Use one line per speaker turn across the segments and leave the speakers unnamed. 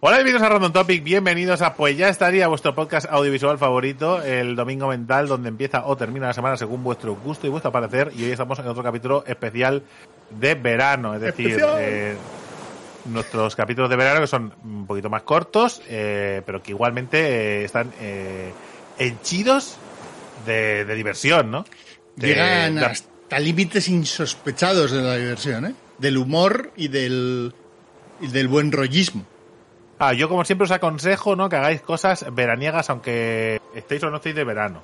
Hola, bienvenidos a Random Topic, bienvenidos a Pues ya estaría vuestro podcast audiovisual favorito, el Domingo Mental, donde empieza o termina la semana según vuestro gusto y vuestro parecer. Y hoy estamos en otro capítulo especial de verano, es decir, eh, nuestros capítulos de verano que son un poquito más cortos, eh, pero que igualmente eh, están eh, henchidos de, de diversión, ¿no? De,
Llegan
de-
hasta límites insospechados de la diversión, ¿eh? Del humor y del, y del buen rollismo.
Ah, yo como siempre os aconsejo, ¿no? Que hagáis cosas veraniegas, aunque estéis o no estéis de verano.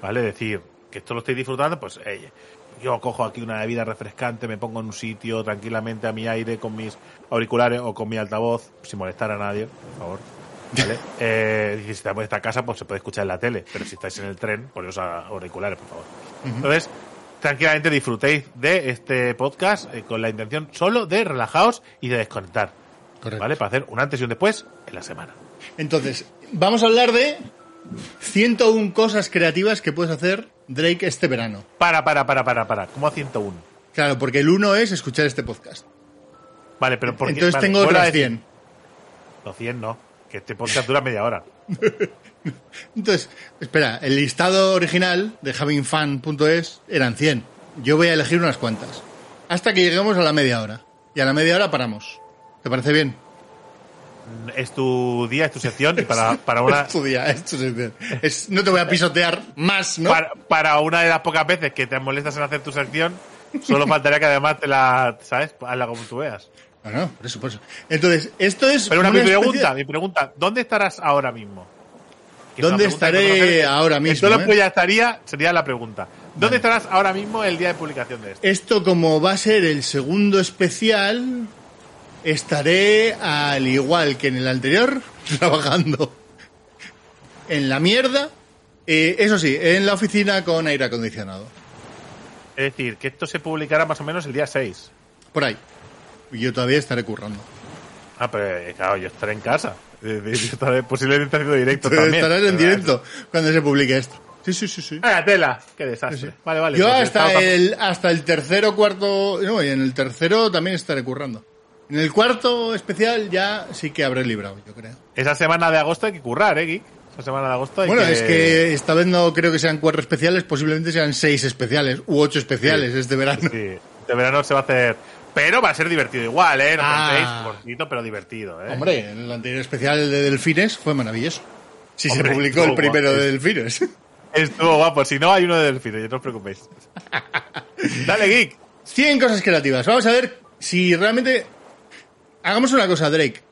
¿Vale? Es decir, que esto lo estéis disfrutando, pues eh, yo cojo aquí una bebida refrescante, me pongo en un sitio tranquilamente a mi aire con mis auriculares o con mi altavoz, sin molestar a nadie, por favor. ¿Vale? Eh, y si estamos en esta casa, pues se puede escuchar en la tele, pero si estáis en el tren, poneos a- auriculares, por favor. Entonces, tranquilamente disfrutéis de este podcast eh, con la intención solo de relajaos y de desconectar.
Correcto.
¿Vale? Para hacer un antes y un después en la semana.
Entonces, vamos a hablar de 101 cosas creativas que puedes hacer, Drake, este verano.
Para, para, para, para, para. Como a 101.
Claro, porque el uno es escuchar este podcast.
Vale, pero porque...
Entonces tengo otras 100.
Los 100 no. Que este podcast dura media hora.
Entonces, espera, el listado original de havingfun.es eran 100. Yo voy a elegir unas cuantas. Hasta que lleguemos a la media hora. Y a la media hora paramos. ¿Te parece bien?
Es tu día, es tu sección y para, para una...
Es tu día, es tu sección. Es- no te voy a pisotear más, ¿no?
Para, para una de las pocas veces que te molestas en hacer tu sección, solo faltaría que además te la... ¿Sabes? Hazla como tú veas.
Ah, no, por eso, por eso. Entonces, esto es.
Pero una, mi
especie-
pregunta, mi pregunta. ¿Dónde estarás ahora mismo? Que es
¿Dónde
una pregunta
estaré
que conocer-
ahora
que
mismo,
Solo
eh?
pues ya estaría, sería la pregunta. ¿Dónde estarás ahora mismo el día de publicación de esto?
Esto, como va a ser el segundo especial, estaré al igual que en el anterior, trabajando en la mierda. Eh, eso sí, en la oficina con aire acondicionado.
Es decir, que esto se publicará más o menos el día 6.
Por ahí. Y Yo todavía estaré currando.
Ah, pero eh, claro, yo estaré en casa. Es decir, yo estaré posiblemente haciendo directo también.
Estarás en
¿verdad?
directo cuando se publique esto. Sí, sí, sí, sí.
¡Ah, tela! ¡Qué desastre! Vale, vale.
Yo
pues
hasta
estamos-
el, hasta el tercero, cuarto... No, y en el tercero también estaré currando. En el cuarto especial ya sí que habré librado, yo creo.
Esa semana de agosto hay que currar, ¿eh, Geek? Esa semana de agosto hay
Bueno,
que...
es que esta vez no creo que sean cuatro especiales, posiblemente sean seis especiales u ocho especiales este verano.
Sí, de verano se va a hacer... Pero va a ser divertido igual, ¿eh? No
Ah.
penséis, cortito, pero divertido, ¿eh?
Hombre, el anterior especial de Delfines fue maravilloso. Si
Hombre,
se publicó el
estuvo
primero
guapo.
de Delfines.
Estuvo guapo. Si no, hay uno de delfines, no os preocupéis. Dale, Geek.
100 cosas creativas. Vamos a ver si realmente... Hagamos una cosa, Drake.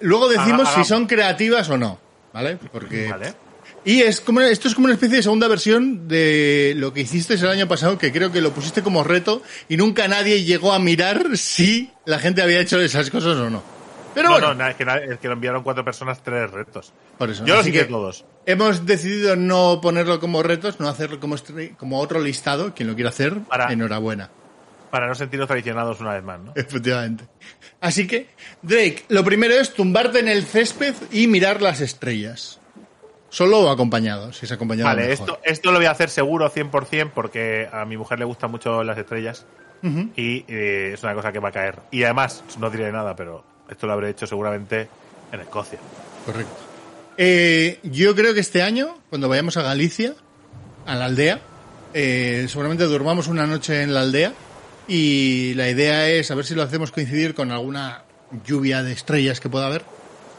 Luego decimos
Haga- haga-
si son creativas o no, ¿vale? Porque...
Vale.
Y es como, esto es como una especie de segunda versión de lo que hiciste el año pasado, que creo que lo pusiste como reto y nunca nadie llegó a mirar si la gente había hecho esas cosas o no. Pero
no,
bueno,
no, nada, es que, nada, es que lo enviaron cuatro personas tres retos.
por eso.
Yo los
Así
hice
que
todos.
Hemos decidido no ponerlo como retos, no hacerlo como, estre- como otro listado. Quien lo quiera hacer,
Para-
enhorabuena.
Para no sentirnos traicionados una vez más,
Eh,
¿no?
Efectivamente. Así que, Drake, lo primero es tumbarte en el césped y mirar las estrellas. Solo o acompañado, si es acompañado.
Vale,
mejor.
esto, esto lo voy a hacer seguro 100% porque a mi mujer le gustan mucho las estrellas y eh, es una cosa que va a caer. Y además, no diré nada, pero esto lo habré hecho seguramente en Escocia.
Correcto. Eh, yo creo que este año, cuando vayamos a Galicia, a la aldea, eh, seguramente durmamos una noche en la aldea y la idea es a ver si lo hacemos coincidir con alguna lluvia de estrellas que pueda haber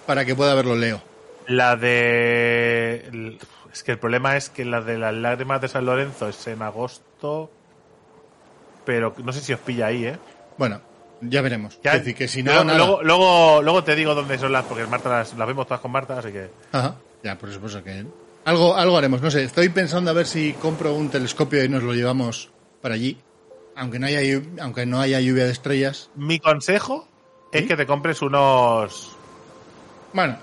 para que pueda verlo Leo.
La de... Es que el problema es que la de las lágrimas de San Lorenzo es en agosto, pero no sé si os pilla ahí, ¿eh?
Bueno, ya veremos.
Ya-
Es decir, que si no,
luego,
nada.
luego, luego, luego te digo dónde son las, porque Marta las, las vemos todas con Marta, así que...
Ajá. Ya, por supuesto que algo, algo haremos. No sé, estoy pensando a ver si compro un telescopio y nos lo llevamos para allí. Aunque no haya, llu- aunque no haya lluvia de estrellas,
Mi consejo es que te compres unos
Bueno,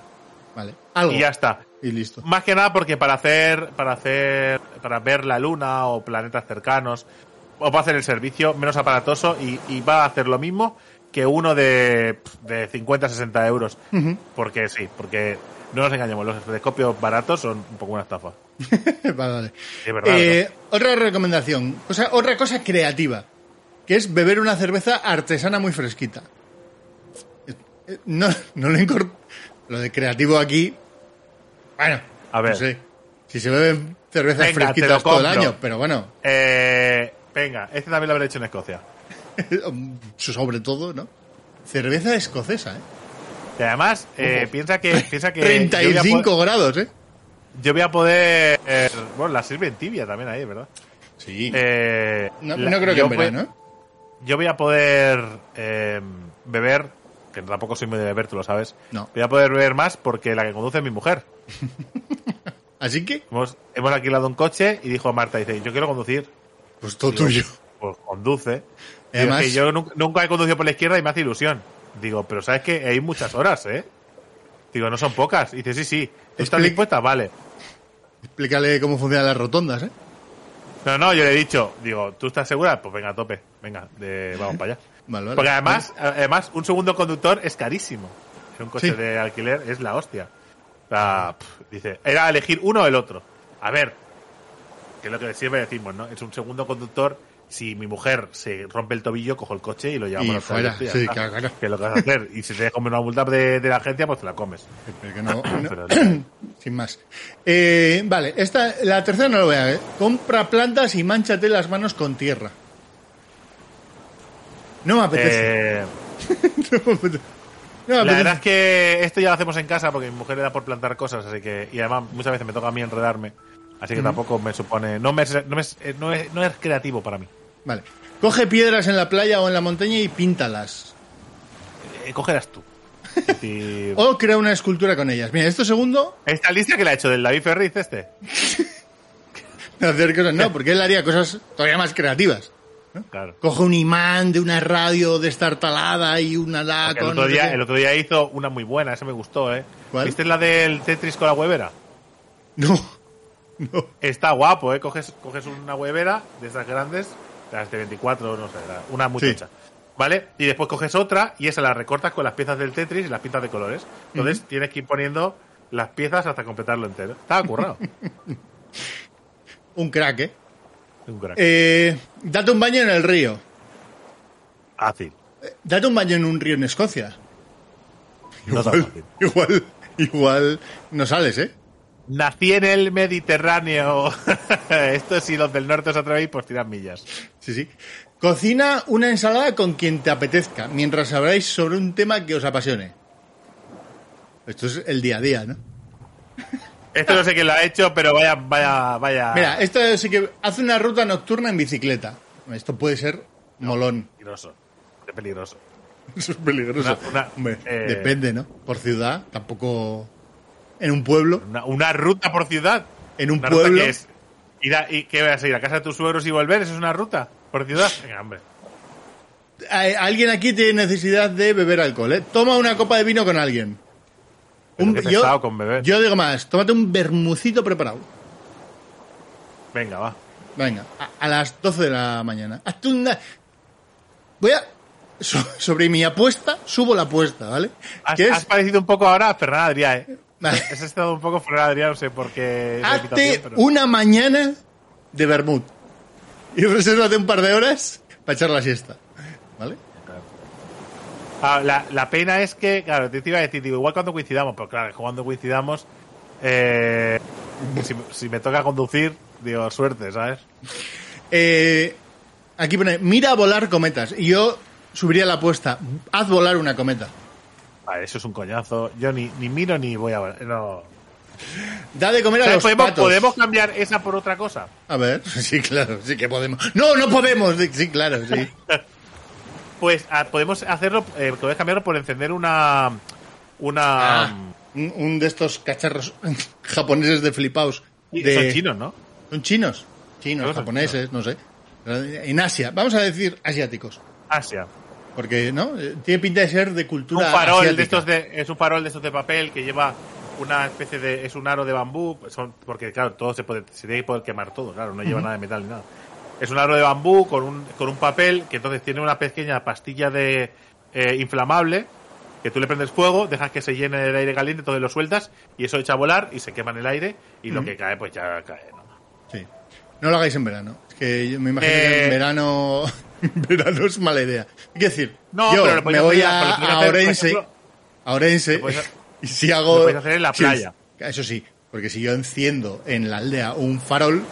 vale. Algo.
Y ya está.
Y listo.
Más que nada porque para hacer, para hacer, para ver la luna o planetas cercanos, os va a hacer el servicio menos aparatoso y, y va a hacer lo mismo que uno de, de 50, 60 euros.
Ujú.
Porque sí, porque no nos engañemos, los telescopios baratos son un poco una estafa.
vale, vale.
Es verdad,
Eh, Otra recomendación, cosa- otra cosa creativa, que es beber una cerveza artesana muy fresquita. Eh, eh, No, no lo incor- Lo de creativo aquí. Bueno,
A ver.
No sé. Si se beben cervezas
Venga, te
fresquitas
lo
todo el
compro.
año, pero bueno,
Eh, venga, este también lo habré hecho en Escocia.
sobre todo, ¿no? Cerveza escocesa, ¿eh?
Y además, eh, piensa que. Piensa que Yo voy a,
35
po-
grados, ¿eh?
yo voy a poder. eh, bueno, la sirve en tibia también ahí, ¿verdad?
Sí.
Eh,
no,
la-
no creo que
yo
en
voy-
verano, ¿eh?
Yo voy a poder eh, beber, que tampoco soy muy de beber, tú lo sabes.
No.
Voy a poder beber más porque la que conduce es mi mujer.
Así que,
Hemos, hemos alquilado un coche y dijo a Marta, dice, yo quiero conducir.
pues todo
Digo,
tuyo.
Pues conduce.
Y
Digo,
además-
"Es que yo nunca, nunca he conducido por la izquierda y me hace ilusión. Digo, pero sabes que hay muchas horas, ¿eh? Digo, no son pocas. Y dice, sí, sí. ¿Tú estás
Explica-
dispuesta? Vale.
Explícale cómo funcionan las rotondas, ¿eh?
No, no, yo le he dicho, digo, ¿tú estás segura? Pues venga, a tope. Venga, de- vamos para allá.
Vale, vale.
Porque además, además, un segundo conductor es carísimo. En un coche
Sí.
de alquiler es la hostia. O sea, pf, dice, era elegir uno o el otro. A ver, que es lo que siempre decimos, ¿no? Es un segundo conductor. Si mi mujer se rompe el tobillo, cojo el coche y lo llevamos
Y
al hospital.
fuera,
ya
sí,
está.
claro, claro.
Que es lo que vas a hacer. Y si te dejas una multa de, de la agencia, pues te la comes.
Pero que no- no-
Pero no.
Sin más. Eh, vale, esta, la tercera no la voy a ver. Compra plantas y manchate las manos con tierra. No me apetece.
Eh,
No me apetece. No me
la
apetece.
verdad es que esto ya lo hacemos en casa porque mi mujer le da por plantar cosas, así que. Y además, muchas veces me toca a mí enredarme. Así que tampoco me supone. No, me, no, me- eh, no es, no es creativo para mí.
Vale. Coge piedras en la playa o en la montaña y píntalas.
Eh, cogerás tú. Es decir,
O crea una escultura con ellas. Mira, esto segundo,
¿Esta lista que la ha hecho del David Ferriz este?
hacer cosas no, porque él haría cosas todavía más creativas.
Claro.
Coge un imán de una radio destartalada y una
Porque
laca.
El otro, día, el otro día hizo una muy buena, esa me gustó, ¿eh?
¿Cuál?
¿Viste la del Tetris con la huevera?
No, no.
Está guapo, ¿eh? Coges, coges una huevera de esas grandes, las de 24, no sé, la- una muy
Sí.
tocha. ¿Vale? Y después coges otra y esa la recortas con las piezas del Tetris y las pintas de colores. Entonces tienes que ir poniendo las piezas hasta completarlo entero. Estaba currado.
Un crack, ¿eh?
Un crack.
Eh, date un baño en el río.
Fácil.
Date un baño en un río en Escocia.
No tan fácil.
Igual, igual no sales, ¿eh?
Nací en el Mediterráneo. Esto si los del norte os atrevéis, pues tirad millas.
Sí, sí. Cocina una ensalada con quien te apetezca, mientras habláis sobre un tema que os apasione. Esto es el día a día, ¿no?
Esto no sé quién lo ha hecho, pero vaya, vaya, vaya.
Mira, esto sí que hace una ruta nocturna en bicicleta. Esto puede ser molón.
peligroso. Qué peligroso.
Eso es peligroso.
Una- una-
Hombre,
eh,
Depende, ¿no? Por ciudad, tampoco en un pueblo.
Una, una ruta por ciudad.
En un
Una ruta
pueblo.
que es ir a- ¿Y qué vas a ir? ¿A casa de tus suegros y volver? ¿Eso es una ruta por ciudad? Venga, hombre.
A- Alguien aquí tiene necesidad de beber alcohol, ¿eh? Toma una copa de vino con alguien.
Pero qué pesado con beber.
yo digo más, tómate un bermucito preparado.
Venga, va.
Venga, a, a las 12 de la mañana. Hazte una... Voy a... so- sobre mi apuesta, subo la apuesta, ¿vale?
Has,
Que
has
es...
parecido un poco ahora a Ferran Adrià, ¿eh?
Vale.
Has estado un poco Ferran Adrià, no sé por qué. es la
Hazte
invitación, pero-
una mañana de vermut. Y resérvate un par de horas para echar la siesta. ¿Vale?
Ah, la, la pena es que, claro, te te iba a decir, digo, igual cuando coincidamos, pero claro, cuando coincidamos, eh, si, si me toca conducir, digo, suerte, ¿sabes?
Eh, aquí pone, mira volar cometas. Y yo subiría la apuesta, haz volar una cometa.
Vale, eso es un coñazo. Yo ni, ni miro ni voy a... No.
Da de comer a
¿Sabes?
los
¿Podemos,
patos.
podemos cambiar esa por otra cosa.
A ver, sí, claro, sí que podemos. No, no podemos. Sí, claro, sí.
Pues ah, podemos hacerlo, eh, podemos cambiarlo por encender una... Una...
Ah, un, un de estos cacharros japoneses de flipaos.
Sí,
de-
Son chinos, ¿no?
Son chinos. Chinos,
Creo que son
japoneses, no sé. En Asia, vamos a decir asiáticos.
Asia.
porque no Eh, tiene pinta de ser de cultura.
un farol
asiática.
de estos de, es un farol de estos de papel que lleva una especie de es un aro de bambú son porque claro todo se puede se tiene que poder quemar todo claro no lleva nada de metal ni nada es un aro de bambú con un con un papel que entonces tiene una pequeña pastilla de eh, inflamable que tú le prendes fuego dejas que se llene del aire caliente entonces lo sueltas y eso echa a volar y se quema en el aire y lo que cae pues ya cae ¿no?
Sí. No lo hagáis en verano. Es que yo me imagino que en
Eh,
verano. en verano es mala idea. Hay que decir,
No,
yo
pero lo
me
podéis
voy
hacer-
a,
lo podéis
a
hacer, por
Orense.
ejemplo.
A Orense.
Lo podéis ha-
y si hago.
lo podéis hacer en la
si-
playa.
eso sí, porque si yo enciendo en la aldea un farol,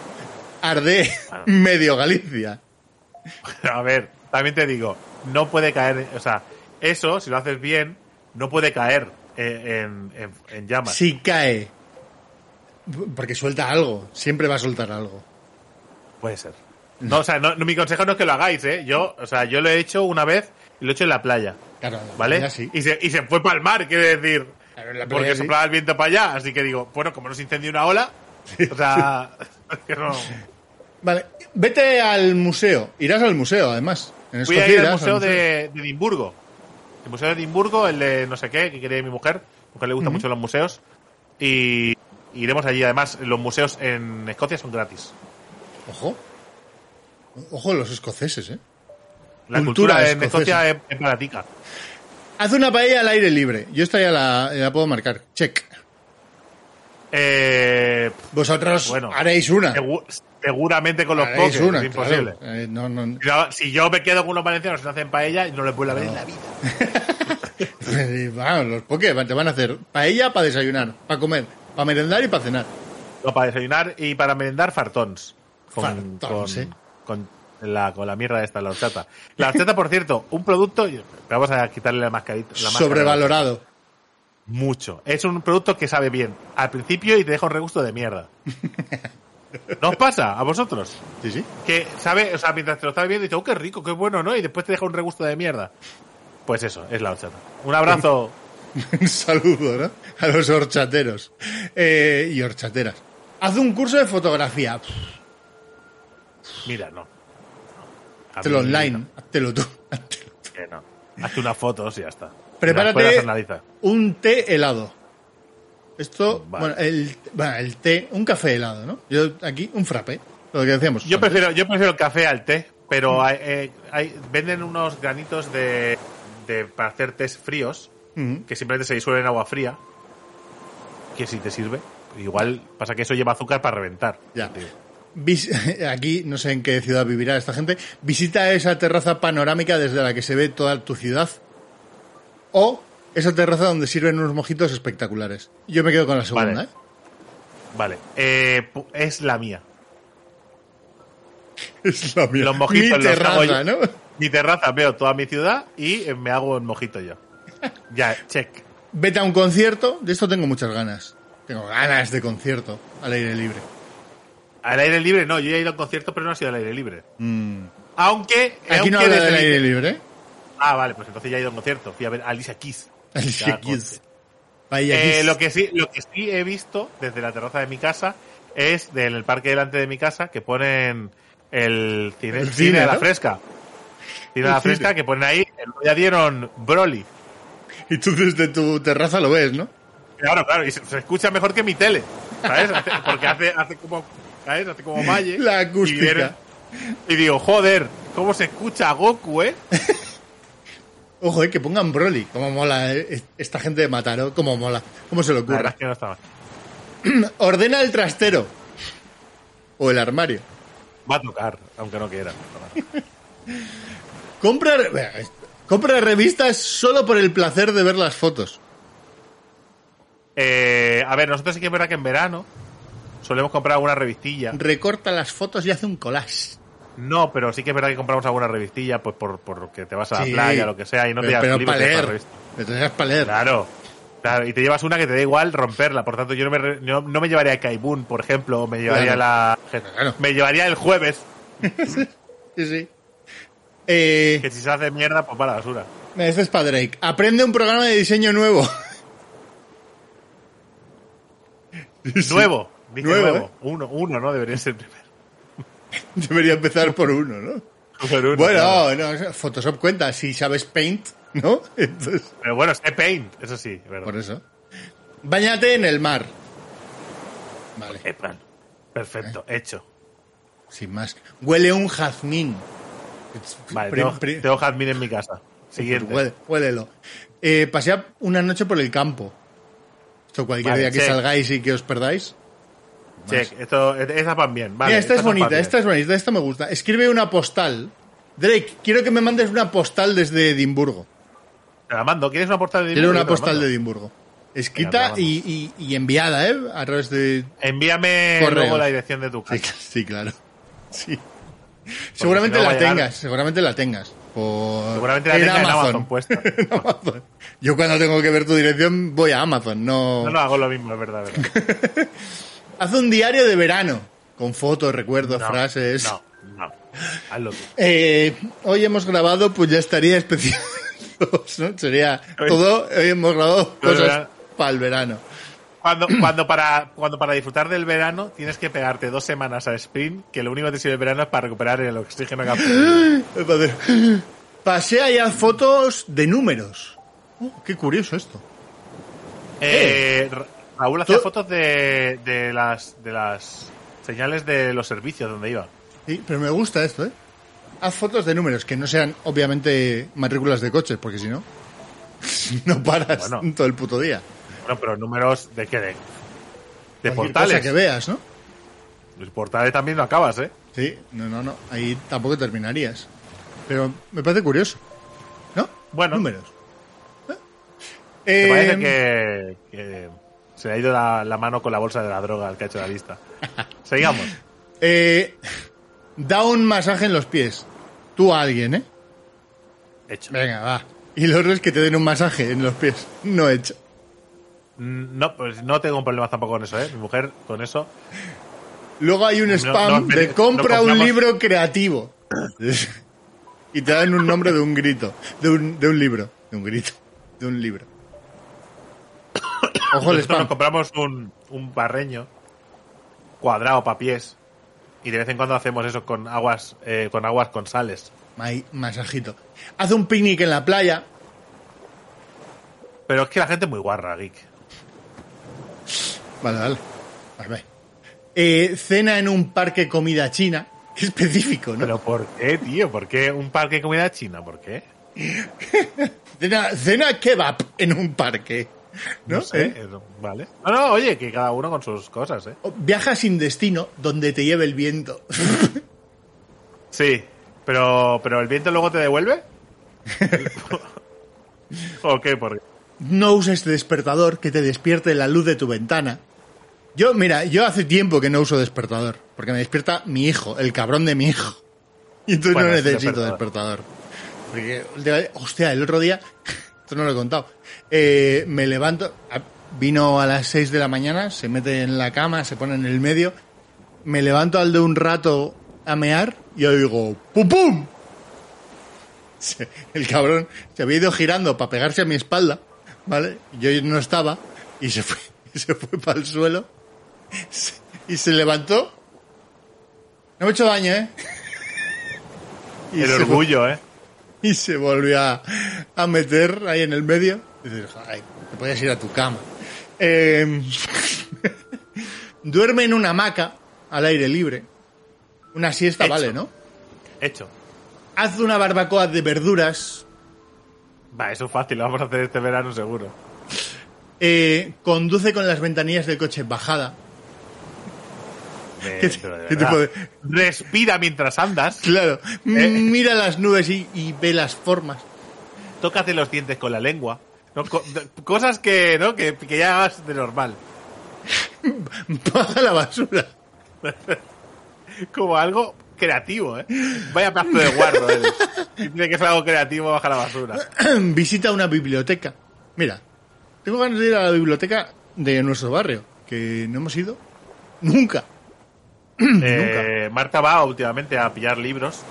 arde medio Galicia.
A ver, también te digo, no puede caer, o sea, eso, si lo haces bien, no puede caer eh, en, en- en llamas.
Si cae. Porque suelta algo. Siempre va a soltar algo.
Puede ser. No, o sea, no, no, mi consejo no es que lo hagáis, ¿eh? Yo, o sea, yo lo he hecho una vez y lo he hecho en la playa,
Claro, en la
¿vale?
playa sí.
Y, se, y se fue para el mar, quiere decir,
Claro, en la playa
porque
sí.
soplaba el viento para allá, así que digo, bueno, como nos incendió una ola, o sea, que no-
Vale. Vete al museo. Irás al museo, además. En
Fui
estos
a ir al
días,
museo de, de Edimburgo. El museo de Edimburgo, el de no sé qué, que quería mi mujer. A mi mujer le gustan mucho los museos. Y iremos allí. Además, los museos en Escocia son gratis.
Ojo. Ojo los escoceses, ¿eh?
La
Cultura
cultura, en
escocesa.
Escocia es, es baratica.
Haz una paella al aire libre. Yo esta ya la, la puedo marcar. Check.
Eh,
Vosotros
Bueno.
haréis una.
segu- seguramente con los
Haréis
pokers,
Ah. una.
es
claro.
imposible.
Eh, no, no.
Si no- Si yo me quedo con unos valencianos que no hacen paella, no les vuelvo a ver en la vida.
Vamos, los poke te van a hacer paella para desayunar, para comer, para merendar y para cenar.
No, para desayunar y para merendar fartons. Con,
Fartons,
con,
¿eh?
con la, con la mierda esta, la horchata. La horchata, por cierto, un producto... Vamos a quitarle la mascarita. la máscara.
Sobrevalorado.
Mucho. Es un producto que sabe bien al principio y te deja un regusto de mierda. ¿No os pasa a vosotros?
Sí, sí.
Que sabe, o sea, mientras te lo estás viendo dices, oh, qué rico, qué bueno, ¿no? Y después te deja un regusto de mierda. Pues eso, es la horchata. Un abrazo.
Un saludo, ¿no? A los horchateros eh, y horchateras. Haz un curso de fotografía.
Mira, no. A
Hazlo
mí,
online. Hazlo tú.
que no. Hazte unas fotos y ya está.
Prepárate
Las puedes analizar.
un té helado. Esto,
Vale.
bueno, el, bueno, el té, un café helado, ¿no? Yo aquí, un frappé, lo que decíamos.
Yo prefiero, yo prefiero el café al té, pero hay, eh, hay- venden unos granitos de, de- para hacer tés fríos
Ujú.
que simplemente se disuelven en agua fría. Que si te sirve. Igual pasa que eso lleva azúcar para reventar.
Ya. Vis- aquí, no sé en qué ciudad vivirá esta gente. Visita esa terraza panorámica desde la que se ve toda tu ciudad. O esa terraza donde sirven unos mojitos espectaculares. Yo me quedo con la segunda,
Vale.
¿eh?
Vale. Eh, pu- es la mía.
Es la mía.
Los mojitos
Mi
los hago
terraza,
yo.
¿no?
Mi terraza, veo toda mi ciudad y eh, me hago un mojito yo. Ya, check.
Vete a un concierto. De esto tengo muchas ganas. Tengo ganas de concierto al aire libre.
Al aire libre, no. Yo ya he ido a conciertos, pero no ha sido al aire libre.
Mm.
Aunque.
Aquí
aunque
no habla
desde
del
el-
aire libre, ¿eh?
Ah, vale, pues entonces ya he ido a un concierto. Fui a ver a Alicia Keys.
Alicia
Ya,
Keys.
corte.
Vaya
Eh,
Keys.
lo, que sí, lo que sí he visto desde la terraza de mi casa es del parque delante de mi casa que ponen el cine,
El
cine
cine,
a la
¿no?
fresca. Cine a
El
la
cine.
fresca que ponen ahí. el otro día dieron Broly.
Y tú desde tu terraza lo ves, ¿no?
Claro, claro, y se, se escucha mejor que mi tele. ¿Sabes? Hace- porque hace, hace como. ¿Sabes? Hace como valle.
La acústica.
Y, dieron- y digo, joder, ¿cómo se escucha a Goku, eh?
Ojo, eh, que pongan Broly. Cómo mola eh, esta gente de Mataró. Cómo mola. Cómo se le
La verdad
ocurre.
Ah, es que no estaba.
Ordena el trastero. O el armario.
Va a tocar, aunque no quiera.
Compra, eh, compra revistas solo por el placer de ver las fotos.
Eh, a ver, nosotros sí que es verdad que en verano solemos comprar alguna revistilla.
Recorta las fotos y hace un collage.
No, pero sí que es verdad que compramos alguna revistilla, pues por, por lo que te vas a la
Sí.
playa, lo que sea, y no te llevas
pero pero
libros,
para
te llevas la
leer.
revista.
Te tenías para leer.
Claro, claro, y te llevas una que te da igual romperla. Por tanto, yo no me, re- no, no me llevaría a Kaibun, por ejemplo, o me llevaría la.
Claro.
Me llevaría el jueves,
Sí, sí. Eh,
que si se hace mierda, pues va a la basura.
Este es para Drake. Aprende un programa de diseño nuevo.
Nuevo, dije
Nuevo,
nuevo.
¿eh?
Uno, uno, ¿no? Debería ser primero.
Debería empezar por uno, ¿no?
Super uno, claro.
Bueno, no, Photoshop cuenta, si sabes Paint, ¿no? Entonces,
Pero bueno, sé Paint, eso sí, es verdad.
por eso. Báñate en el mar. Vale,
Eh, plan. Perfecto,
Eh.
hecho.
sin más. Huele un jazmín.
Vale,
Prim-
tengo,
pri-
tengo jazmín en mi casa. Siguiente.
Huele- huélelo. Eh, pasea una noche por el campo. Esto cualquier
Vale,
día que
check.
salgáis y que os perdáis.
Check, esto, esta van bien. Vale,
Mira, esta es
estas van
bonita,
bien.
esta es bonita, esta me gusta. Escribe una postal. Drake, quiero que me mandes una postal desde Edimburgo.
Te la mando. ¿Quieres una postal de
Quiero
Edimburgo? Te
una
la
postal
mando.
de Edimburgo.
Venga,
Escrita
vamos.
y, y- y enviada, ¿eh? A través de...
Envíame
Correo.
luego la dirección de tu
Sí,
casa.
sí, claro. Sí. Seguramente
si no va
la
a llegar-
tengas, seguramente la tengas. Por...
Seguramente la tenga en Amazon puesta.
En Amazon. Yo cuando tengo que ver tu dirección voy a Amazon, no...
No, no hago lo mismo, es verdad. es verdad.
Haz un diario de verano, con fotos, recuerdos,
No,
frases.
No, no. Hazlo tú.
Eh, hoy hemos grabado, pues ya estaría especial. dos, ¿no? Sería todo. Hoy hemos grabado
Todo el
cosas
verano.
para el verano.
Cuando, cuando, para, cuando para disfrutar del verano tienes que pegarte dos semanas al sprint, que lo único que te sirve el verano es para recuperar el oxígeno que has perdido.
Va a ver. Pasea ya fotos de números. Oh, qué curioso esto.
Eh, Ra- Raúl hacía
Tú-
fotos de, de, las, de las señales de los servicios donde iba.
Sí, pero me gusta esto, ¿eh? Haz fotos de números que no sean, obviamente, matrículas de coches, porque si no, no paras
Bueno.
todo el puto día.
Bueno, pero números de qué? De, de
Cualquier
portales.
cosa que veas, ¿no?
Los portales también no acabas, ¿eh?
Sí, no, no, no. Ahí tampoco terminarías. Pero me parece curioso. ¿No?
Bueno.
Números. ¿Eh?
Me
Eh,
parece que, que se le ha ido la, la mano con la bolsa de la droga al que ha hecho la lista. Sigamos.
eh, da un masaje en los pies. Tú a alguien, ¿eh?
Hecho.
Venga, va. Y lo otro es que te den un masaje en los pies. No hecho.
Mm, No, pues no tengo problemas tampoco con eso, ¿eh? Mi mujer con eso.
Luego hay un
No,
spam
no,
de
no
compra un
compramos-
libro creativo. y te dan un nombre de un grito. De un, de un libro. De un grito. De un libro. Ojo el
Nosotros
spam.
nos compramos un, un barreño cuadrado para pies y de vez en cuando hacemos eso con aguas eh, con aguas con sales.
Ahí, masajito. Haz un picnic en la playa.
Pero es que la gente es muy guarra, geek.
Vale, vale. Vale, vale. Eh, cena en un parque comida china. Qué específico, ¿no?
Pero ¿por qué, tío? ¿Por qué un parque de comida china? ¿Por qué?
Cena, cena kebab en un parque. ¿No?
sé.
Eh,
eh, Vale. No, no, oye, que cada uno con sus cosas, ¿eh?
o Viaja sin destino donde te lleve el viento.
Sí, pero, pero el viento luego te devuelve. ¿O qué? Porque
No uses este despertador que te despierte la luz de tu ventana. Yo, mira, yo hace tiempo que no uso despertador, porque me despierta mi hijo, el cabrón de mi hijo. Y entonces
Bueno,
no
es un
necesito despertador. Porque, últimamente- hostia, el otro día, esto no lo he contado, eh, me levanto, a- vino a las 6 de la mañana, se mete en la cama, se pone en el medio, me levanto al de un rato a mear y yo digo, ¡pum, pum! Se- el cabrón se había ido girando para pegarse a mi espalda, ¿vale? Yo no estaba y se fue, y se fue para el suelo se- y se levantó. No me he hecho daño, ¿eh? Y
el
se fue-
orgullo, ¿eh?
y se volvió a, a meter ahí en el medio. Y dices, "Ay, te podías ir a tu cama. Eh, duerme en una hamaca al aire libre. Una siesta,
Hecho.
vale, ¿no?
Hecho.
Haz una barbacoa de verduras.
Va, eso es fácil, lo vamos a hacer este verano seguro.
eh, conduce con las ventanillas del coche bajada.
De-
¿Qué te-
pero de
qué
verdad.
tipo de-
Respira mientras andas,
Claro.
Eh.
Mira las nubes y, y ve las formas.
tócate los dientes con la lengua. ¿no? Co- de- cosas que, ¿no? que, que ya hagas de normal.
Baja la basura.
Como algo creativo, ¿eh? Vaya pedazo de guarro eres. Si tiene que ser algo creativo, baja la basura.
visita una biblioteca. Mira, tengo ganas de ir a la biblioteca de nuestro barrio, que no hemos ido nunca.
Eh, Marta va últimamente a pillar libros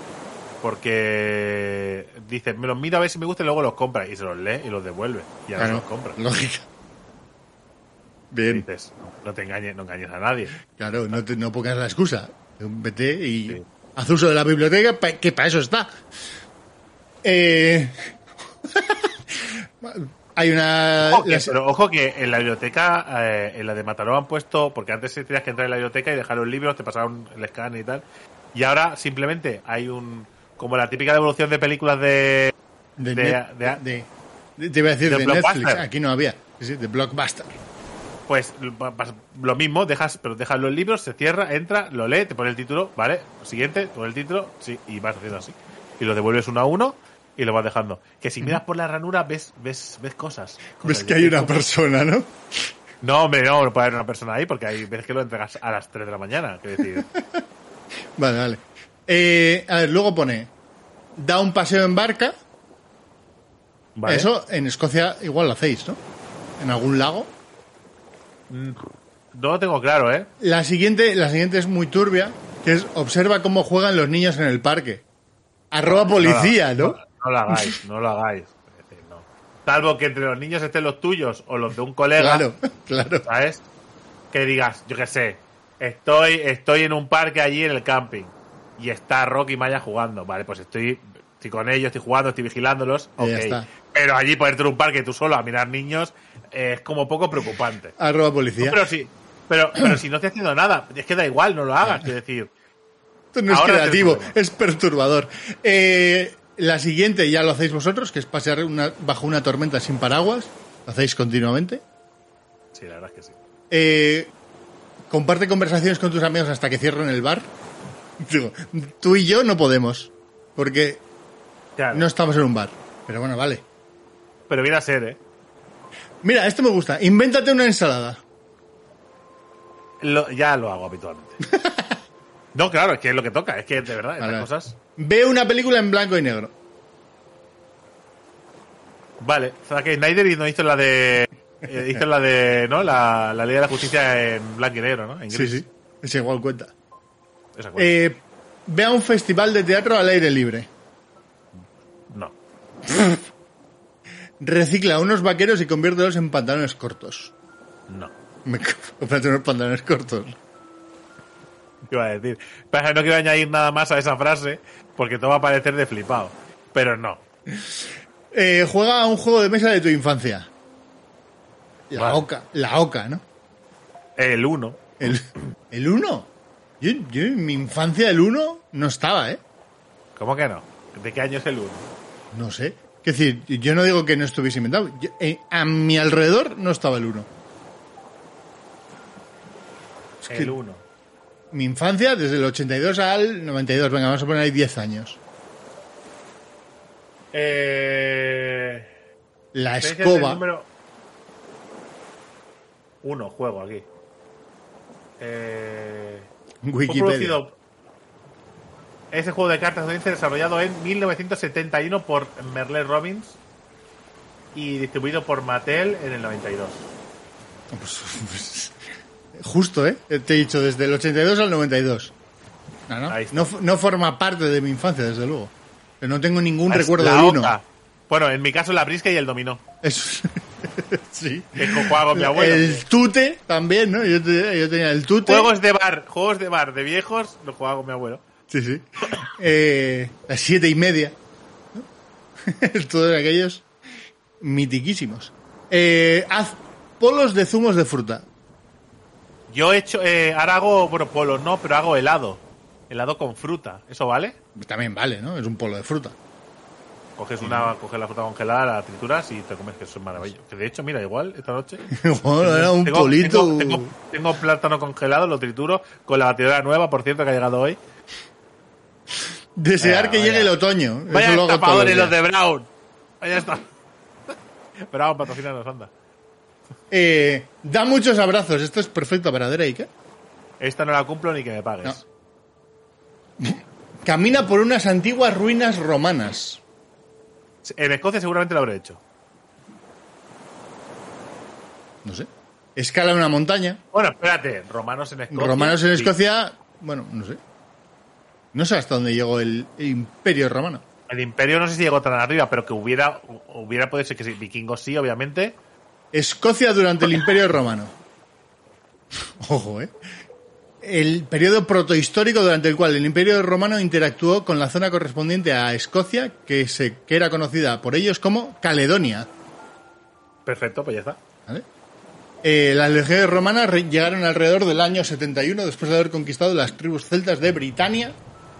porque dice, me los mira a ver si me gusta y luego los compra. Y se los lee y los devuelve. Y ahora se los compra.
lógica.
Y
Bien,
dices, no te engañes, no engañes a nadie.
claro, no, te- no pongas la excusa. Vete y
Sí.
Haz uso de la biblioteca, pa- que para eso está. Eh, hay una...
Ojo que,
las-
pero ojo que en la biblioteca, eh, en la de Mataró han puesto, porque antes sí tenías que entrar en la biblioteca y dejar los libros, te pasaban el escáner y tal. Y ahora simplemente hay un. Como la típica devolución de películas de.
de,
de-
net-
de-
de- te iba a decir
de
de, Netflix,
Blockbuster.
aquí no había. Sí, sí, de Blockbuster.
Pues pa- pa- lo mismo, dejas, pero dejas los libros, se cierra, entra, lo lee, te pone el título, ¿vale? Siguiente, te pone el título, sí, y vas haciendo así. Y lo devuelves uno a uno y lo vas dejando. Que si miras por la ranura ves, ves, ves cosas.
Ves
Cosas
que
de-
hay una persona, ¿no?
No, hombre, no, no puede haber una persona ahí porque ahí ves que lo entregas a las 3 de la mañana. Quiero decir,
Vale, vale. Eh, a ver, luego pone, da un paseo en barca.
¿vale?
Eso en Escocia igual lo hacéis, ¿no? En algún lago.
No lo tengo claro, ¿eh?
La siguiente, la siguiente es muy turbia, que es observa cómo juegan los niños en el parque. Arroba policía,
No,
¿no?
la- no la hagáis, no lo hagáis. Es decir, no. Salvo que entre los niños estén los tuyos o los de un colega,
Claro, claro.
¿sabes? Que digas, yo qué sé, estoy, estoy en un parque allí en el camping y está Rocky y Maya jugando. Vale, pues estoy, estoy con ellos, estoy jugando, estoy vigilándolos.
Y ya
ok.
está.
Pero allí ponerte en un parque tú solo a mirar niños eh, es como poco preocupante.
Arroba policía.
No, pero sí. Pero, pero si no estoy haciendo nada, es que da igual, no lo hagas, quiero decir.
Esto no es
ahora
creativo,
te lo digo.
es perturbador. Eh, la siguiente ya lo hacéis vosotros, que es pasear una- bajo una tormenta sin paraguas. Lo hacéis continuamente.
Sí, la verdad es que sí.
Eh, comparte conversaciones con tus amigos hasta que cierren el bar. Digo, tú y yo no podemos, porque
Claro,
no estamos en un bar. Pero bueno, vale.
Pero viene a ser, ¿eh?
Mira, esto me gusta. Invéntate una ensalada.
Lo- ya lo hago habitualmente. no, claro, es que es lo que toca, es que de verdad, estas
Vale.
cosas.
Ve una película en blanco y negro.
Vale, Zack Snyder y no hizo la de. eh, hizo la de. ¿No? La, la Ley de la Justicia en blanco y negro, ¿no? En
Sí,
gris.
sí. Es igual cuenta.
Esa cosa.
Eh, ve a un festival de teatro al aire libre.
No.
Recicla unos vaqueros y conviértelos en pantalones cortos.
No.
Me compraste unos pantalones cortos.
¿Qué iba a decir? Pero no quiero añadir nada más a esa frase, porque todo va a parecer de flipado. Pero no.
Eh, juega a un juego de mesa de tu infancia. La
Vale.
oca, la oca, ¿no?
El 1.
El, el uno. Yo, yo en mi infancia el uno no estaba, ¿eh?
¿Cómo que no? ¿De qué año es el 1?
No sé. Es decir, yo no digo que no estuviese inventado. Yo- eh, a mi alrededor no estaba el uno. que-
el 1.
Mi infancia, desde el 82 al 92, venga, vamos a poner ahí 10 años.
Eh.
La
Veces
escoba.
el número Uno, juego aquí. Eh, fue
Wikipedia.
producido- Ese juego de cartas estadounidense desarrollado en 1971 por Merle Robbins y distribuido por Mattel en el 92.
Ah, pues, Justo, ¿eh? Te he dicho, desde el 82 al 92. No, no.
Ahí está.
No, f- no forma parte de mi infancia, desde luego. Pero no tengo ningún recuerdo
Ah, La
del uno.
oca. Bueno, en mi caso la brisca y el dominó.
Es- sí.
Es que jugaba con mi abuelo.
El tute también, ¿no? Yo, te- yo tenía el tute.
Juegos de bar, juegos de bar de viejos, los jugaba con mi abuelo.
Sí, sí. Eh, las siete y media. ¿no? Todos aquellos mitiquísimos. Eh, haz polos de zumos de fruta.
Yo he hecho, eh, ahora hago, bueno, polos no, pero hago helado. Helado con fruta, ¿eso vale?
También vale, ¿no? Es un polo de fruta.
Coges una, coges la fruta congelada, la trituras y te comes, que eso es maravilloso. Que de hecho, mira, igual esta noche.
Bueno, era un
tengo-
polito.
Tengo, tengo- tengo plátano congelado, lo trituro con la batidora nueva, por cierto, que ha llegado hoy.
Desear
Vaya,
que llegue
vaya.
el otoño. Eso
Vaya
lo hago todos
estapadores
los
los
días.
de Brown. Ahí está. Brown, patrocínanos, anda.
Eh, da muchos abrazos. Esto es perfecto para Drake. ¿eh?
Esta no la cumplo ni que me pagues.
No. Camina por unas antiguas ruinas romanas.
En Escocia seguramente lo habré hecho.
No sé. Escala una montaña.
Bueno, espérate, romanos en Escocia.
Romanos en
Sí.
Escocia. Bueno, no sé. No sé hasta dónde llegó el, el imperio romano.
El imperio no sé si llegó tan arriba, pero que hubiera, hubiera podido ser que sí. Vikingos sí, obviamente.
Escocia durante el imperio romano. Ojo, ¿eh? el periodo protohistórico durante el cual el Imperio Romano interactuó con la zona correspondiente a Escocia, que, se, que era conocida por ellos como Caledonia.
Perfecto, pues ya está.
¿vale? Eh, las legiones romanas re- llegaron alrededor del año 71 después de haber conquistado las tribus celtas de Britania,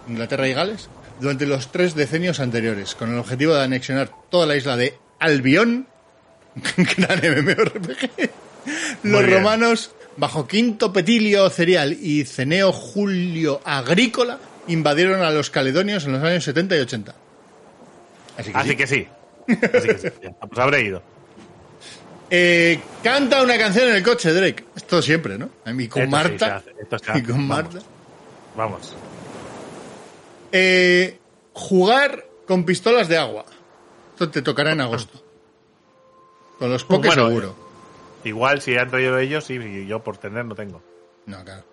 Inglaterra y Gales, durante los tres decenios anteriores, con el objetivo de anexionar toda la isla de Albión, gran MMORPG. Los
bien.
romanos, bajo Quinto Petilio Cerial y Ceneo Julio Agrícola, invadieron a los caledonios en los años 70 y 80. Así
Así
sí.
que sí. Así que sí. Ya está, Pues habré ido.
Eh, canta una canción en el coche, Drake. Esto siempre, ¿no? Y con
Esto sí, se
Marta.
hace, esto se hace.
y con
Vamos.
Marta.
Vamos.
Eh, jugar con pistolas de agua. Esto te tocará en agosto. Con los pokés
Bueno,
seguro.
Igual si han traído ellos y yo por tener no tengo.
No, claro.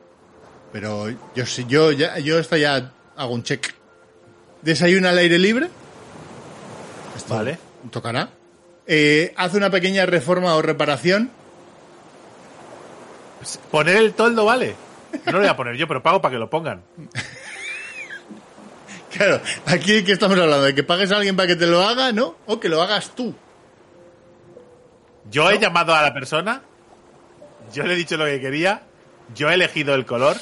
Pero yo sí- yo ya, yo esta ya hago un check. Desayuno al aire libre. Esto
Vale.
Tocará. Eh, haz una pequeña reforma o reparación.
Poner el toldo vale. No lo voy a poner yo, pero pago para que lo pongan.
Claro, aquí que estamos hablando de que pagues a alguien para que te lo haga, ¿no? O que lo hagas tú.
Yo he llamado a la persona, yo le he dicho lo que quería, yo he elegido el color,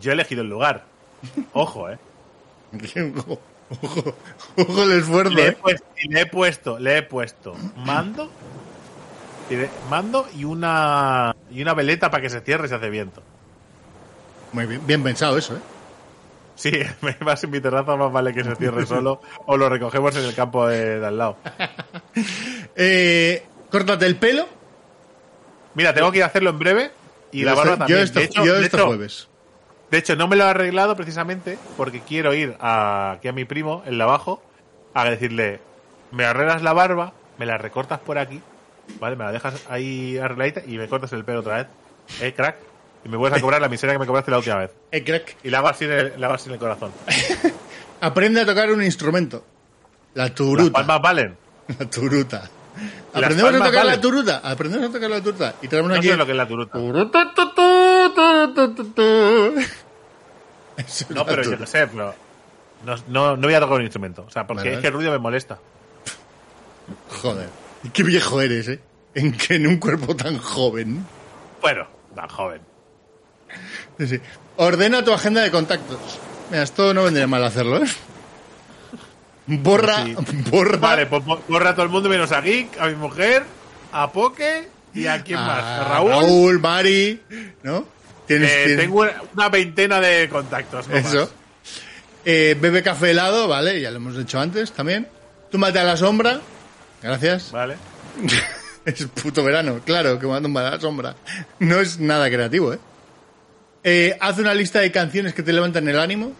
yo he elegido el lugar. Ojo, eh.
ojo, ojo, ojo el esfuerzo.
Le he
¿eh?
puesto, le he puesto, le he puesto mando, y de- mando y una y una veleta para que se cierre si hace viento.
Muy bien, bien pensado eso, ¿eh?
Sí, me vas en mi terraza, más vale que se cierre solo o lo recogemos en el campo de, de al lado.
Eh, córtate el pelo.
Mira, tengo que ir a hacerlo en breve y
Yo
la barba
este-
también.
Yo este,
de hecho,
yo
de
este
hecho,
jueves.
De hecho, no me lo he arreglado precisamente porque quiero ir a, aquí a mi primo, el de abajo, a decirle, me arreglas la barba, me la recortas por aquí, ¿vale? Me la dejas ahí arregladita y me cortas el pelo otra vez. Eh, crack. Y me vuelves a cobrar la miseria que me cobraste la última vez.
Eh, crack.
Y la hago así en el, la hago así en el corazón.
Aprende a tocar un instrumento. La
Las
turuta.
palmas valen.
La turuta. Aprendemos a
palmas
tocar la
valen.
turuta. Aprendemos a tocar la turuta. Y traemos
No
aquí.
sé lo que es la turuta.
Turuta, tu, tu, tu, tu, tu, tu. Eso es
No,
la
pero yo
turuta.
qué sé, pero no, no, no voy a tocar un instrumento. O sea, porque
Vale,
es
vale.
que el ruido me molesta.
Joder. Qué viejo eres, ¿eh? En que en un cuerpo tan joven.
Bueno, tan joven.
Sí, sí. Ordena tu agenda de contactos. Mira, esto no vendría mal hacerlo, ¿eh? Borra,
Sí.
borra.
Vale, pues bo- borra a todo el mundo menos a Geek, a mi mujer, a Poke y a quién más.
Ah,
A Raúl.
Raúl, Mari, ¿no? Tienes,
Eh,
tienes-
tengo una, una veintena de contactos. no
eso.
más.
Eh, bebe café helado, ¿vale? Ya lo hemos hecho antes también. Túmbate a la sombra. Gracias.
Vale.
Es puto verano, claro, que me mando a la sombra. No es nada creativo, ¿eh? Eh, Haz una lista de canciones que te levantan el ánimo.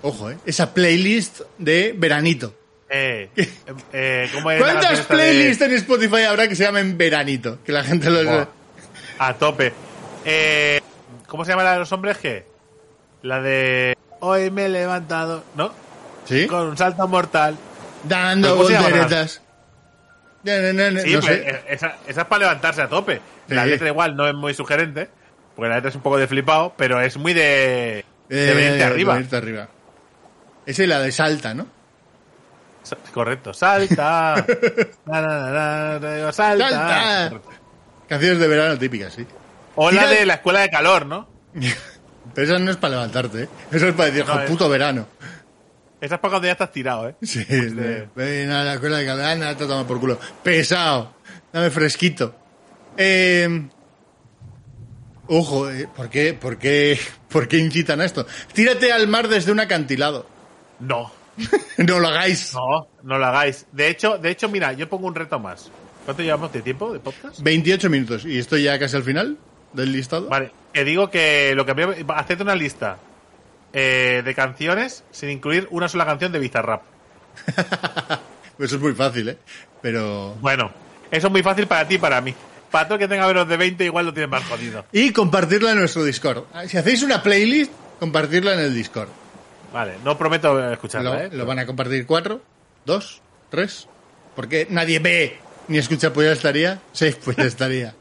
Ojo, ¿eh? Esa playlist de veranito.
Eh, eh, eh, ¿cómo es la canción
¿Cuántas
esta de-
playlists en Spotify habrá que se llamen veranito? Que la gente lo...
Buah, a tope. Eh, ¿Cómo se llama la de los hombres que? La de hoy me he levantado, ¿no?
¿Sí?
Con un salto mortal.
Dando
¿Cómo se llama?
volteretas. No, no, no, no,
Sí,
no
pues,
sé.
eh, esa, esa es para levantarse a tope. La
Sí.
letra igual no es muy sugerente, porque la letra es un poco de flipado, pero es muy de, de
Eh,
venirte arriba.
venirte arriba. Esa es la de salta, ¿no?
Sa- Correcto, salta. Na, na, na, na, na, digo, salta.
Salta. Canciones de verano típicas, sí.
O la
Tira-
de la escuela de calor, ¿no?
Pero esa no es para levantarte, ¿eh? Eso es para decir,
No,
"Jo,
es-
puto verano.
Esa es para cuando ya estás tirado, ¿eh?
Sí, es Pues de, ven a la escuela de Catalana, te toma por culo. Pesado. Dame fresquito. Eh, ojo, eh, ¿por qué, por, qué, ¿por qué incitan a esto? Tírate al mar desde un acantilado.
No,
no lo hagáis.
no, no lo hagáis. De hecho, de hecho, mira, yo pongo un reto más. ¿Cuánto llevamos de tiempo de podcast?
28 minutos. Y estoy ya casi al final del listado.
Vale, te digo que lo que voy a- haced una lista eh, de canciones sin incluir una sola canción de Bizarrap.
Eso es muy fácil, ¿eh? Pero...
Bueno, eso es muy fácil para ti y para mí. Para todo el que tenga menos de 20 igual lo tienes más jodido.
Y compartirla en nuestro Discord. Ah, Si hacéis una playlist, compartirla en el Discord.
Vale, no prometo eh, escucharla,
Lo,
¿eh?
lo van a compartir cuatro, dos, tres. Porque nadie ve ni escucha pues ya estaría. Seis pues ya estaría.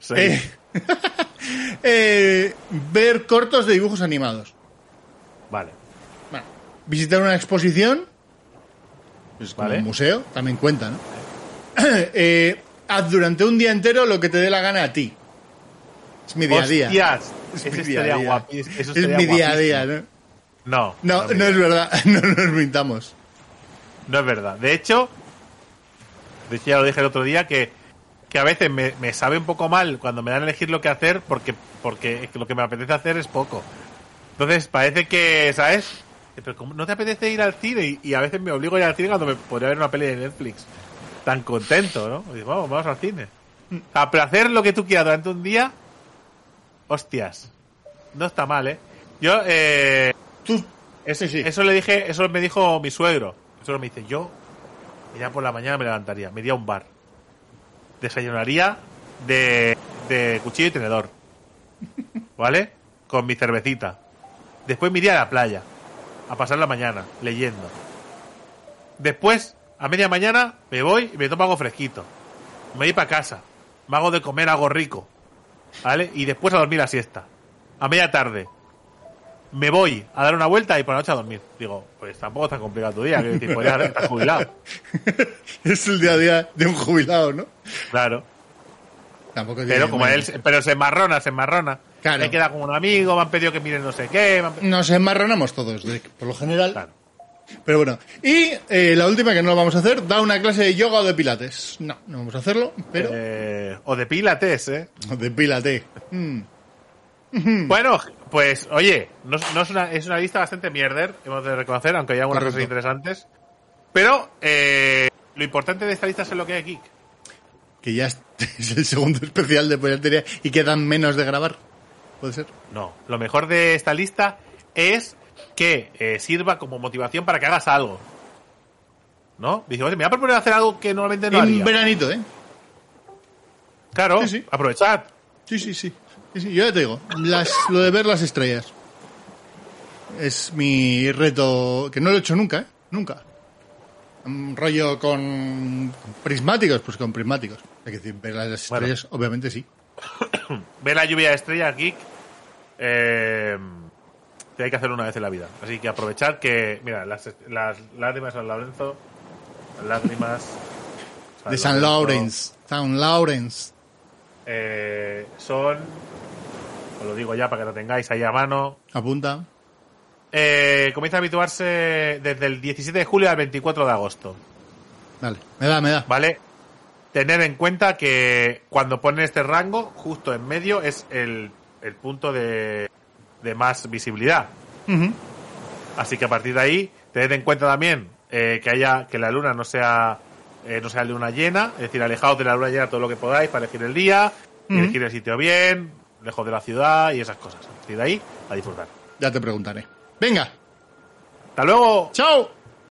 Sí.
Eh, Eh, ver cortos de dibujos animados.
Vale.
Bueno, visitar una exposición. Es como
Vale.
un museo, también cuenta, ¿no? Eh, haz durante un día entero lo que te dé la gana a ti. Es mi día a día.
Hostias,
Es
ese
mi día a
estaría
día.
guapi- eso
Es
estaría
mi día a
guapísimo.
día, ¿no?
No,
No,
es
no
verdad.
es verdad, no nos mintamos.
No es verdad. De hecho, de hecho ya lo dije el otro día que, que a veces me, me sabe un poco mal cuando me dan a elegir lo que hacer porque, porque es que lo que me apetece hacer es poco. Entonces parece que, ¿sabes? Eh, Pero ¿cómo no te apetece ir al cine y, y a veces me obligo a ir al cine cuando me podría ver una peli de Netflix. Tan contento, ¿no? Y digo, vamos, vamos al cine. A placer lo que tú quieras durante un día. Hostias. No está mal, ¿eh? Yo, eh,
Tú,
es-
Sí, sí.
Eso le dije, eso me dijo mi suegro. Mi suegro me dice, yo ya por la mañana me levantaría, me iría a un bar. Desayunaría de, de cuchillo y tenedor. ¿Vale? Con mi cervecita. Después me iría a la playa. A pasar la mañana, leyendo. Después, a media mañana, me voy y me tomo algo fresquito. Me voy para casa. Me hago de comer algo rico. ¿Vale? Y después a dormir la siesta. A media tarde, me voy a dar una vuelta y por la noche a dormir. Digo, pues tampoco es tan complicado tu día, quiero decir, podrías haber- estás jubilado.
es el día a día de un jubilado, ¿no?
Claro.
Tampoco tiene
Pero como
mal.
él, se- pero se enmarrona, se enmarrona.
Claro.
Me queda con un amigo, me han pedido que miren no sé qué. me han pe-
Nos enmarronamos todos, de- por lo general.
Claro.
Pero bueno. Y eh, la última que no la vamos a hacer, da una clase de yoga o de pilates. No, no vamos a hacerlo, pero
Eh, o de pilates, ¿eh?
de pilate. Mm. Hmm.
Bueno, pues oye, no, es- no es, una, es una lista bastante mierder, hemos de reconocer, aunque hay algunas
Correcto.
cosas interesantes. Pero eh, lo importante de esta lista es lo que hay aquí.
Que ya es- es el segundo especial de piratería y quedan menos de grabar. ¿Puede ser?
No, lo mejor de esta lista es que eh, sirva como motivación para que hagas algo. ¿No? Dice, oye, me voy a proponer hacer algo que normalmente no
en
haría.
veranito, ¿eh?
Claro,
Sí, sí.
aprovechad.
Sí, sí, sí. Sí, sí, yo ya te digo, las, lo de ver las estrellas es mi reto, que no lo he hecho nunca, ¿eh? Nunca. Un rollo con prismáticos, pues con prismáticos. Hay que decir, ver las estrellas, obviamente sí.
Ve la lluvia de estrellas, geek. Eh, que hay que hacer una vez en la vida. Así que aprovechad que, mira, las, las lágrimas de San Lorenzo, las lágrimas
De San Lawrence. San Lawrence.
eh, son, os lo digo ya para que lo tengáis ahí a mano,
Apunta.
Eh, comienza a habituarse desde el 17 de julio al 24 de agosto,
Vale, me da, me da.
¿vale? Tener en cuenta que cuando ponen este rango, justo en medio es el, el punto de, de más visibilidad.
Ujú.
Así que a partir de ahí, tened en cuenta también eh, que haya que la luna no sea eh, no sea luna llena, es decir, alejaos de la luna llena todo lo que podáis para elegir el día,
Ujú.
elegir el sitio bien, lejos de la ciudad y esas cosas. A partir de ahí, a disfrutar.
Ya te preguntaré. Venga,
¡Hasta luego!
chao.